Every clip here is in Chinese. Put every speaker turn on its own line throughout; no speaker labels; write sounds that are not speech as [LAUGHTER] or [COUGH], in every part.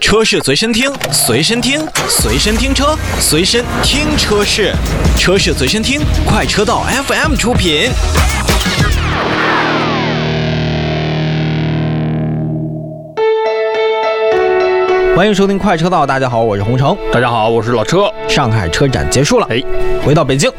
车是随身听，随身听，随身听车，随身听车是，车是随身听，快车道 FM 出品。欢迎收听快车道，大家好，我是洪城。
大家好，我是老车。
上海车展结束了，
哎，
回到北京，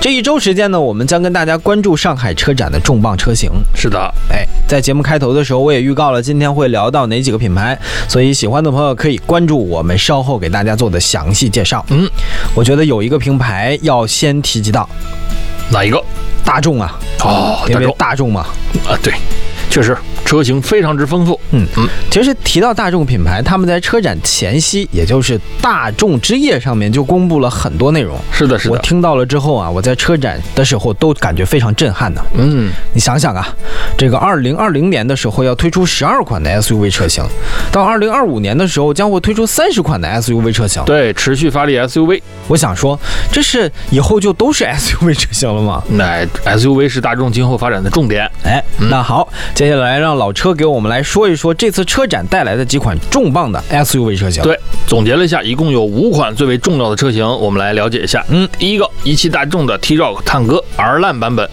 这一周时间呢，我们将跟大家关注上海车展的重磅车型。
是的，
哎，在节目开头的时候，我也预告了今天会聊到哪几个品牌，所以喜欢的朋友可以关注我们稍后给大家做的详细介绍。
嗯，
我觉得有一个品牌要先提及到
哪一个？
大众啊，
哦，
因
大
为
众
大众嘛，
啊，对，确实车型非常之丰富。
嗯其实提到大众品牌，他们在车展前夕，也就是大众之夜上面就公布了很多内容。
是的，是
我
的，
听到了之后啊，我在车展的时候都感觉非常震撼呢、
嗯，
你想想啊，这个二零二零年的时候要推出十二款的 SUV 车型，到二零二五年的时候将会推出三十款的 SUV 车型。
对，持续发力 SUV，
我想说，这是以后就都是 SUV [LAUGHS] 车型了吗？
那 SUV 是大众今后发展的重点。
哎，那好，接下来让老车给我们来说一说这次车展带来的几款重磅的 SUV 车型。
对，总结了一下，一共有五款最为重要的车型，我们来了解一下。
嗯，
第一个，一汽大众的 T-Roc 探戈 R 烂版本。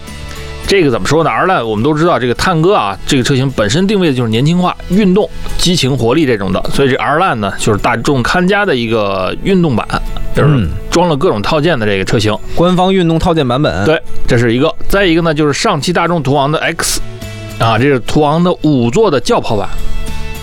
这个怎么说呢？R 烂我们都知道，这个探戈啊，这个车型本身定位就是年轻化、运动、激情、活力这种的，所以这 R 烂呢，就是大众看家的一个运动版，就是
嗯
装了各种套件的这个车型。
官方运动套件版本。
对，这是一个。再一个呢，就是上汽大众途昂的 X，啊，这是途昂的五座的轿跑版。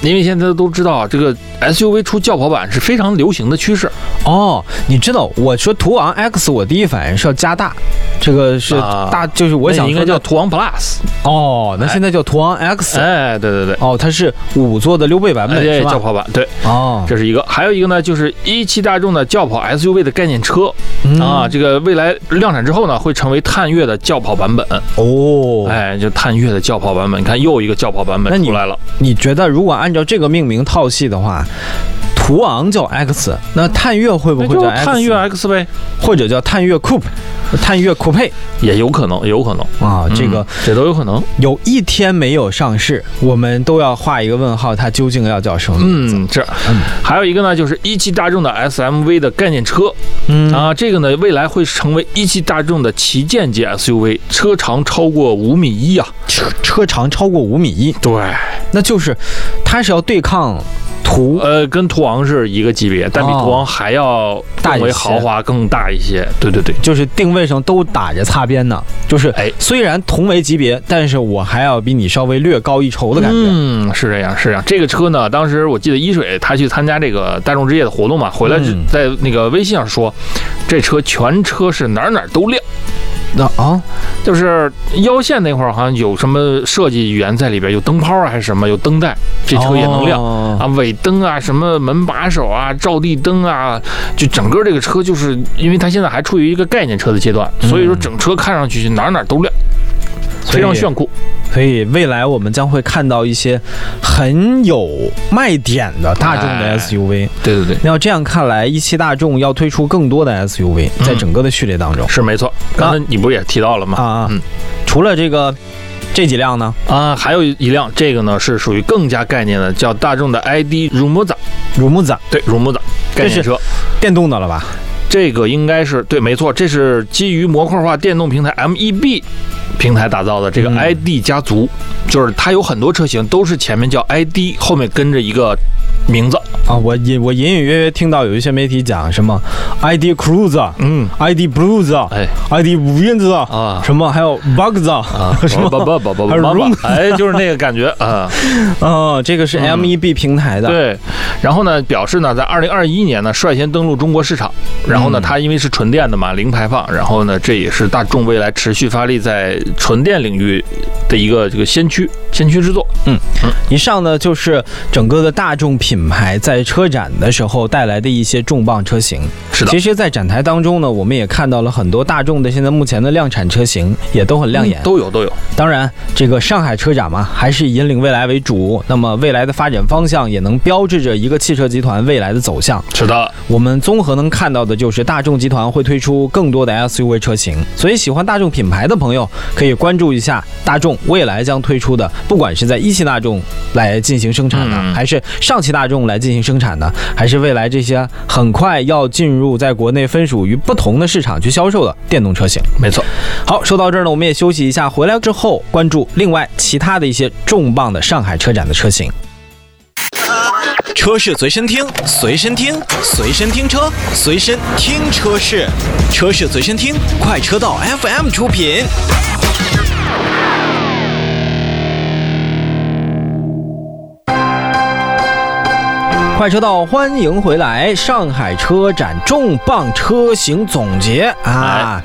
因为现在都知道啊，这个 SUV 出轿跑版是非常流行的趋势，
哦，你知道我说途昂 X，我第一反应是要加大，这个是
啊
大，就是我
那
想
应该
说
叫
的
途昂 Plus。
哦，那现在叫途昂 X。
哎，对对对，
哦，它是五座的溜背版本、
哎
是吧？
轿跑版，对，
哦，
这是一个。还有一个呢，就是一汽大众的轿跑 SUV 的概念车
嗯
啊，这个未来量产之后呢，会成为探岳的轿跑版本。
哦，
哎，就探岳的轿跑版本，你看又一个轿跑版
那
本
你
出来了。
你觉得如果按照这个命名套系的话，途昂叫 X，那探岳会不
那
会
哎就
叫 X？
探岳 X 呗，
或者叫探岳 Coupe、探岳酷配
也有可能，有可能，
啊？这个
嗯这都有可能。
有一天没有上市，我们都要画一个问号，它究竟要叫什么名字？
嗯，是
嗯，
还有一个呢，就是一汽大众的 SMV 的概念车
嗯
啊，这个呢，未来会成为一汽大众的旗舰级 SUV，车长超过五米一啊。
车车长超过五米一，
对，
那就是它是要对抗途
呃，跟途昂是一个级别，但比
哦
途昂还要
大
更
一
为
些
豪华、更大一些。对对对，
就是定位上都打着擦边呢，就是
哎
虽然同为级别，但是我还要比你稍微略高一筹的感觉。
嗯，是这样，是这样。这个车呢，当时我记得一水他去参加这个大众之夜的活动嘛，回来只
嗯
在那个微信上说，这车全车是哪儿哪儿都亮。
那啊，
就是腰线那块儿好像有什么设计语言在里边，有灯泡啊还是什么，有灯带，这车也能亮、
哦
啊，尾灯啊，什么门把手啊，照地灯啊，就整个这个车就是因为它现在还处于一个概念车的阶段，
嗯
所以说整车看上去哪儿哪儿都亮，非常炫酷。
所以未来我们将会看到一些很有卖点的大众
哎
的 SUV。
对对对，
那要这样看来，一汽大众要推出更多的 SUV，
嗯
在整个的序列当中、
是没错。刚才你不是也提到了吗？
啊啊、
嗯
除了这个这几辆呢，
啊，还有一辆这个呢是属于更加概念的，叫大众的 ID 乳木子，
乳木子
对，乳木子概
这是
念车。
电动的了吧？
这个应该是对，没错，这是基于模块化电动平台 MEB 平台打造的这个
嗯
ID 家族，就是它有很多车型都是前面叫 ID，后面跟着一个名字。
啊，我隐我隐隐约约听到有一些媒体讲什么 ID Cruiser、
嗯，
ID Blues、
哎
ID 五印子
啊
什么还有 Bugs [LAUGHS]
啊，
什么
不不不不
还有
不
容
不，哎，就是那个
[LAUGHS]
感觉啊。嗯
哦，这个是 MEB 平台的，
对，然后呢，表示呢，在二零二一年呢，率先登陆中国市场。然后呢，
嗯
它因为是纯电的嘛，零排放。然后呢，这也是大众未来持续发力在纯电领域的一个这个先驱先驱之作。
以上呢就是整个的大众品牌在车展的时候带来的一些重磅车型。
是的
其。实，在展台当中呢，我们也看到了很多大众的现在目前的量产车型，也都很亮眼。
嗯都有都有，
当然，这个上海车展嘛，还是以引领未来为主。那么，未来的发展方向也能标志着一个汽车集团未来的走向。
是的，
我们综合能看到的就是大众集团会推出更多的 SUV 车型，所以喜欢大众品牌的朋友可以关注一下大众未来将推出的，不管是在一汽大众来进行生产的，
嗯
还是上汽大众来进行生产的，还是未来这些很快要进入在国内分属于不同的市场去销售的电动车型。
没错，
好，说到这儿呢，我们也休息一下，回来之后关注另外其他的一些重磅的上海车展的车型。
车是随身听，随身听，随身听车，随身听车是，车是随身听，快车道 FM 出品。
快车道，欢迎回来！上海车展重磅车型总结啊，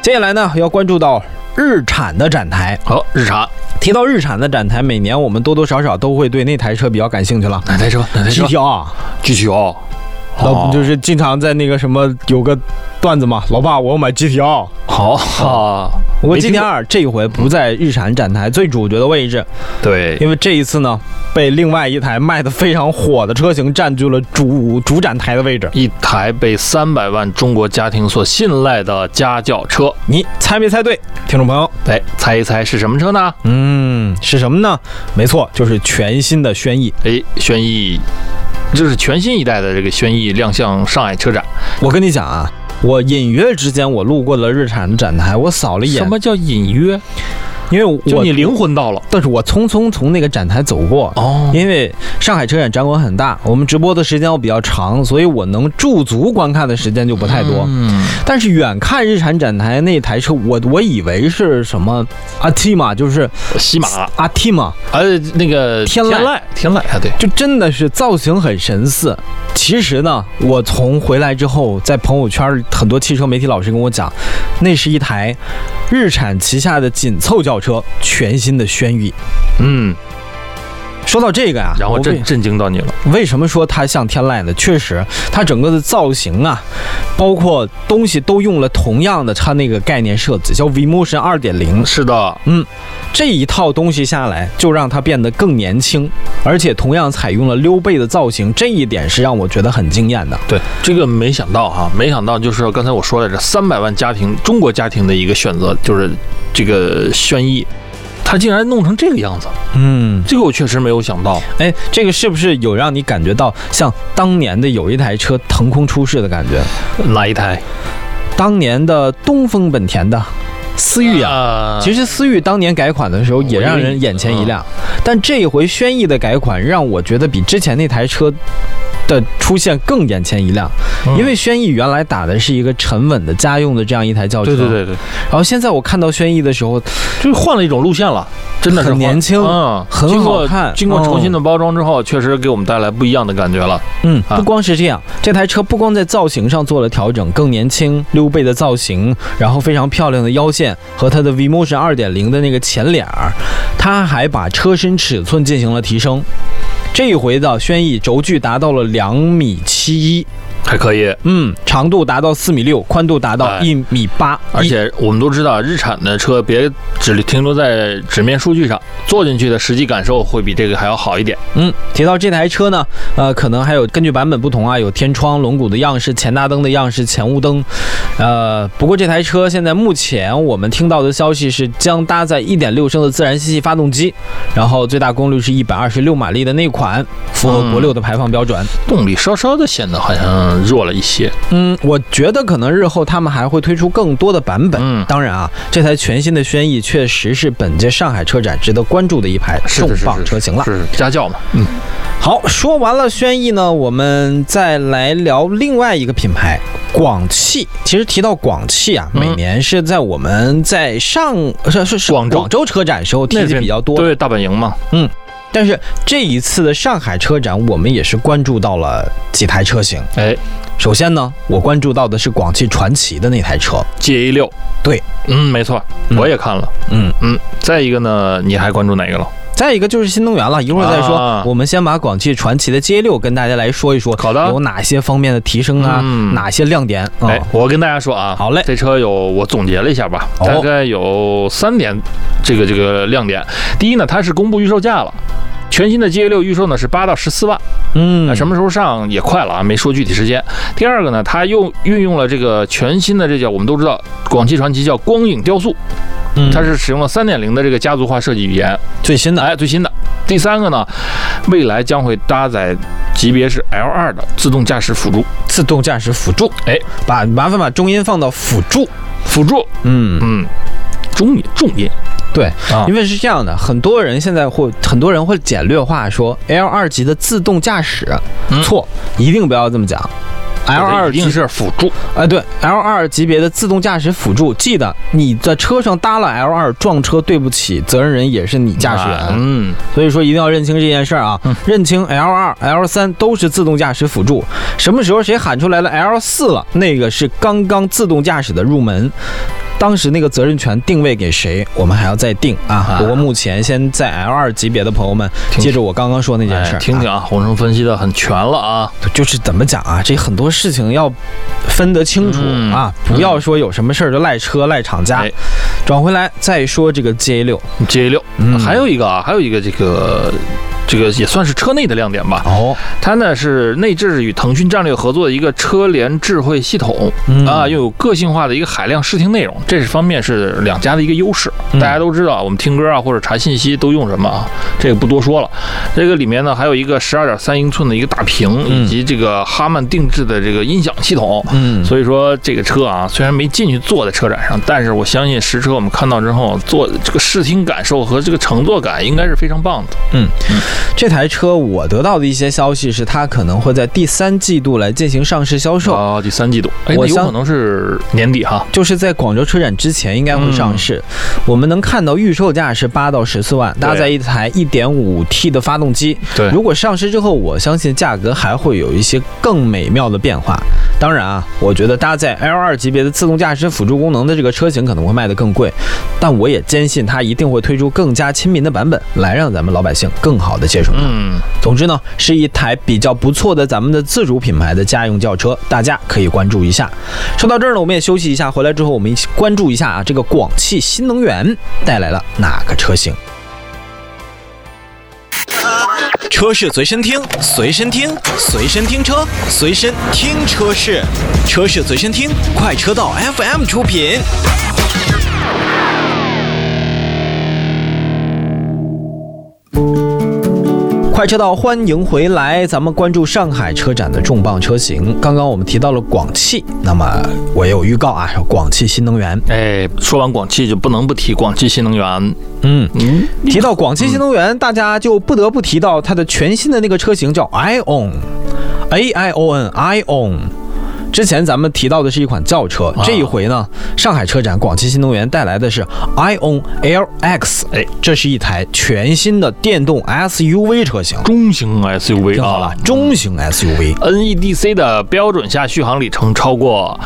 接下来呢要关注到日产的展台。
好，日产
提到日产的展台，每年我们多多少少都会对那台车比较感兴趣了。
哪台车？哪台车
GTR，
？GTO，
老就是经常在那个什么有个段子嘛，老爸我要买 GTR。
好啊，
我
没听过
GTR 这一回不在日产展台最主角的位置，
对，
因为这一次呢被另外一台卖的非常火的车型占据了主主展台的位置。
一台被三百万中国家庭所信赖的家轿车。
你猜没猜对，听众朋友？
哎，猜一猜是什么车呢？
嗯，是什么呢？没错，就是全新的轩逸。
哎，轩逸，这是全新一代的这个轩逸亮相上海车展。
我跟你讲啊，我隐约之间我路过了日产的展台，我扫了一眼
什，么叫隐约？
因为我
就你灵魂到了
但是我匆匆从那个展台走过。
哦
因为上海车展展馆很大，我们直播的时间要比较长，所以我能驻足观看的时间就不太多。
嗯，
但是远看日产展台那台车，我我以为是什么阿提玛，就是
西马，
阿提玛，
呃，那个
天籁
籁，天籁啊，对，
就真的是造型很神似。其实呢，我从回来之后，在朋友圈很多汽车媒体老师跟我讲，那是一台日产旗下的紧凑轿车，全新的轩逸。
嗯，
说到这个呀、
然后
我
震震惊到你了，
为为什么说它像天籁呢？确实，它整个的造型啊，包括东西都用了同样的它那个概念设计，叫 V-Motion 2.0。
是的，
这一套东西下来，就让它变得更年轻，而且同样采用了溜背的造型，这一点是让我觉得很惊艳的。
对，这个没想到哈、没想到就是刚才我说的这三百万家庭中国家庭的一个选择，就是这个轩逸，它竟然弄成这个样子，
嗯，
这个我确实没有想到。
哎，这个是不是有让你感觉到像当年的有一台车腾空出世的感觉？
哪一台？
当年的东风本田的思域啊。
啊
其实思域当年改款的时候也让人眼前一亮，
嗯
但这一回轩逸的改款让我觉得比之前那台车的出现更眼前一亮，
嗯
因为轩逸原来打的是一个沉稳的家用的这样一台轿车，
对对对对，
然后现在我看到轩逸的时候，
就是换了一种路线了，真的是
很
换
年轻
嗯，
很
经
好
过
看
经过
哦
重新的包装之后，确实给我们带来不一样的感觉了。
嗯，
啊
不光是这样，这台车不光在造型上做了调整，更年轻，溜背的造型，然后非常漂亮的腰线和它的 V-Motion 2.0的那个前脸儿，它还把车身尺寸进行了提升。这一回的轩逸轴距达到了两米七一，
还可以，
嗯，长度达到四米六，宽度达到
哎
一米八、
而且我们都知道，日产的车别只停留在纸面数据上，坐进去的实际感受会比这个还要好一点。
嗯，提到这台车呢，呃，可能还有根据版本不同啊，有天窗、轮毂的样式、前大灯的样式、前雾灯，呃，不过这台车现在目前我们听到的消息是将搭载1.6升的自然吸气发动机，然后最大功率是126马力的那款，符合国六的排放标准。
动力稍稍的显得好像弱了一些。
嗯，我觉得可能日后他们还会推出更多的版本。
嗯
当然啊，这台全新的轩逸确实是本届上海车展值得关注的一排
是
重
是是
磅车型了。
是家教嘛，嗯，
好，说完了轩逸呢，我们再来聊另外一个品牌广汽。其实提到广汽啊，
嗯
每年是在我们在上是是是
广州
州车展时候提
那
及
边
比较多，
对大本营嘛，
但是这一次的上海车展，我们也是关注到了几台车型。
哎
首先呢，我关注到的是广汽传祺的那台车，
，G A 六，
对，
嗯，没错，
嗯
我也看了，
嗯
嗯，再一个呢，你还关注哪一个了？
再一个就是新能源了，一会儿再说。
啊
我们先把广汽传祺的 GA 六跟大家来说一说，
好的
有哪些方面的提升啊，
啊嗯
哪些亮点啊？
哎，我跟大家说啊，
好嘞
这车有我总结了一下吧，
哦
大概有三点这个这个亮点。第一呢，它是公布预售价了。全新的 GA 六预售呢是八到十四万，那
嗯，
什么时候上也快了啊，没说具体时间。第二个呢，它用运用了这个全新的这叫我们都知道广汽传祺叫光影雕塑，
嗯
它是使用了三点零的这个家族化设计语言，
最新的，
哎，最新的。第三个呢，未来将会搭载级别是 L 二的自动驾驶辅助，
自动驾驶辅助，
哎，
把麻烦把重音放到辅助，
辅助，
嗯，
嗯，中音重音，
对，
啊
因为是这样的，很多人现在会，很多人会简略化说 L 二级的自动驾驶，
嗯
错，一定不要这么讲。L 二
一定
级
是辅助，
哎，对，L 二级别的自动驾驶辅助，记得你在车上搭了 L 二撞车，对不起，责任人也是你驾驶
啊
员，
嗯，
所以说一定要认清这件事儿啊
嗯，
认清 L 二、L 三都是自动驾驶辅助，什么时候谁喊出来了 L 四了，那个是刚刚自动驾驶的入门。当时那个责任权定位给谁，我们还要再定啊
啊。
不过目前先在 L 二级别的朋友们，
听
接着我刚刚说那件事儿、
哎听听啊，洪生分析的很全了啊，
就是怎么讲啊，这很多事情要分得清楚
嗯
啊，不要说有什么事儿就赖车、赖厂家
哎。
转回来再说这个 G 六，
G 六，
嗯
还有一个啊，还有一个这个。这个也算是车内的亮点吧，
哦，
它呢是内置与腾讯战略合作的一个车联智慧系统
嗯
啊，又有个性化的一个海量视听内容，这是方面是两家的一个优势。
嗯
大家都知道，我们听歌啊或者查信息都用什么啊，这个不多说了。这个里面呢还有一个十二点三英寸的一个大屏，
嗯
以及这个哈曼定制的这个音响系统。
嗯，
所以说这个车啊，虽然没进去坐在车展上，但是我相信实车我们看到之后，坐这个视听感受和这个乘坐感应该是非常棒的。
这台车我得到的一些消息是，它可能会在第三季度来进行上市销售，
啊，第三季度，哎，
我
那有
相
可能是年底哈。
就是在广州车展之前应该会上市。我们能看到预售价是八到十四万，搭载一台一点五 T 的发动机。
对
如果上市之后，我相信价格还会有一些更美妙的变化。当然啊，我觉得搭载 L 二级别的自动驾驶辅助功能的这个车型可能会卖得更贵，但我也坚信它一定会推出更加亲民的版本，来让咱们老百姓更好的接受它。
嗯，
总之呢，是一台比较不错的咱们的自主品牌的家用轿车，大家可以关注一下。说到这儿呢，我们也休息一下，回来之后我们一起关注一下啊，这个广汽新能源带来了哪个车型？
车是随身听，随身听，随身听车，随身听车是，车是随身听，快车道 FM 出品。
快车道，欢迎回来！咱们关注上海车展的重磅车型。刚刚我们提到了广汽，那么我也有预告啊，广汽新能源。
哎，说完广汽就不能不提广汽新能源。
嗯，
嗯，
提到广汽新能源，大家就不得不提到它的全新的那个车型叫 ION，A I O N ION。之前咱们提到的是一款轿车，这一回呢，上海车展广汽新能源带来的是 ION LX，
哎，
这是一台全新的电动 SUV 车型，
中型 SUV
听好了，中型 SUV，
NEDC E 的标准下续航里程超过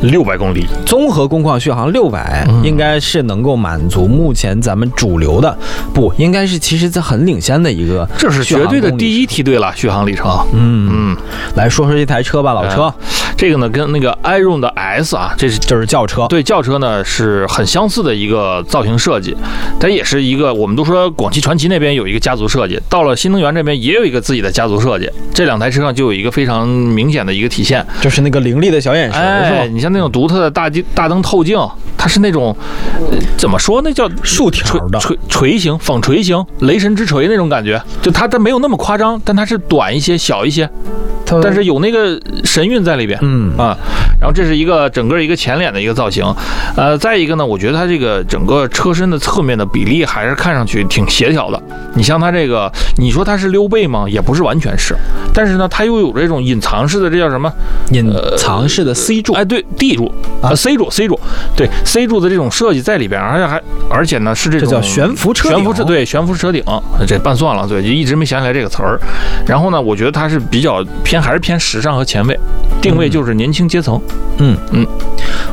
六百公里。
综合工况续航六百，
嗯
应该是能够满足目前咱们主流的，不应该是其实在很领先的一个，
这是绝对的
一。
第一梯队了，续航里程。
嗯，
嗯，哎
来说说这台车吧，老车。
这个呢跟那个 iron 的 S 啊，这是
就是轿车，
对轿车呢是很相似的一个造型设计，它也是一个我们都说广汽传祺那边有一个家族设计，到了新能源这边也有一个自己的家族设计，这两台车上就有一个非常明显的一个体现。
就是那个凌厉的小眼神，
哎，
是吧？
你像那种独特的大镜大灯透镜，它是那种、呃怎么说呢，叫
竖条
垂
的，
垂垂型、纺锤型、雷神之锤那种感觉，就它它没有那么夸张，但它是短一些、小一些，
它
但是有那个神韵在里边。
嗯，
啊，然后这是一个整个一个前脸的一个造型，呃，再一个呢，我觉得它这个整个车身的侧面的比例还是看上去挺协调的。你像它这个，你说它是溜背吗？也不是完全是，但是呢，它又有这种隐藏式的，这叫什么？
隐藏式的 C 柱，
哎，对，D 柱
啊
啊，C 柱，C 柱，对，C 柱的这种设计在里边，而且还而且呢是这
这叫
种
悬浮车
悬
顶，啊
浮车对悬浮车顶，呃这拌算了，对，就一直没想起来这个词儿。然后呢，我觉得它是比较偏还是偏时尚和前卫，定
嗯
位就是年轻阶层。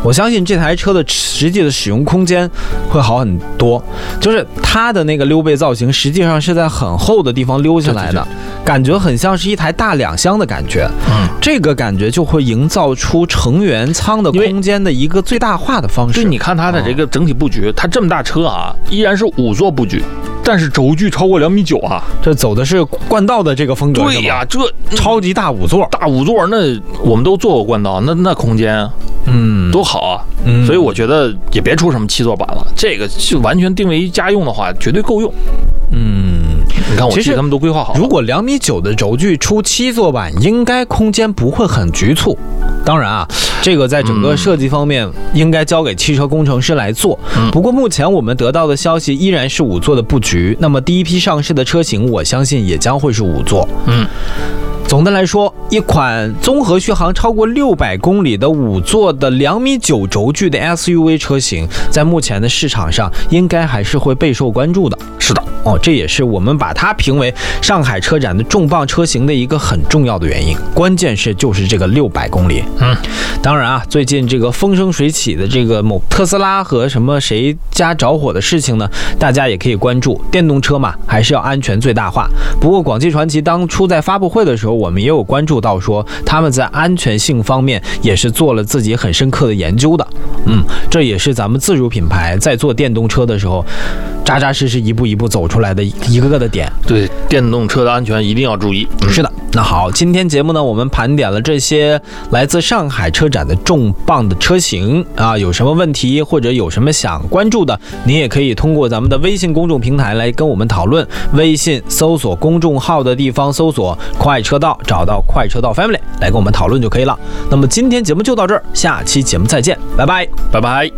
我相信这台车的实际的使用空间会好很多，就是它的那个溜背造型，实际上是在很厚的地方溜下来
对
的
对，
感觉很像是一台大两厢的感觉。
嗯，
这个感觉就会营造出乘员舱的
因为
空间的一个最大化的方式。
对，你看它的这个整体布局，它这么大车啊，依然是五座布局，但是轴距超过两米九啊。
这走的是冠道的这个风格，
对呀、
是吧
这
超级大五座。
大五座那我们都坐过冠道，那那空间啊
嗯，
多好啊！
嗯
所以我觉得也别出什么七座版了，这个就完全定位于家用的话，绝对够用。
嗯，
你看，我
其实
替他们都规划好了。
如果两米九的轴距出七座版，应该空间不会很局促。当然啊，这个在整个设计方面应该交给汽车工程师来做。不过目前我们得到的消息依然是五座的布局。那么第一批上市的车型，我相信也将会是五座。
嗯，
总的来说，一款综合续航超过六百公里的五座的两米九轴距的 SUV 车型，在目前的市场上应该还是会备受关注的。
是的，
哦，这也是我们把它评为上海车展的重磅车型的一个很重要的原因。关键是就是这个六百公里。
嗯，
当然啊，最近这个风生水起的这个某特斯拉和什么谁家着火的事情呢，大家也可以关注。电动车嘛，还是要安全最大化。不过广汽传祺当初在发布会的时候，我们也有关注到说，他们在安全性方面也是做了自己很深刻的研究的。嗯，这也是咱们自主品牌在做电动车的时候，扎扎实实一步一步走出来的一个个的点。
对电动车的安全一定要注意。嗯
是的，那好，今天节目呢，我们盘点了这些来自上海车展的重磅的车型啊，有什么问题或者有什么想关注的，您也可以通过咱们的微信公众平台来跟我们讨论。微信搜索公众号的地方搜索“快车道”，找到“快车道 Family” 来跟我们讨论就可以了。那么今天节目就到这儿，下期节目再见，拜拜。
拜拜。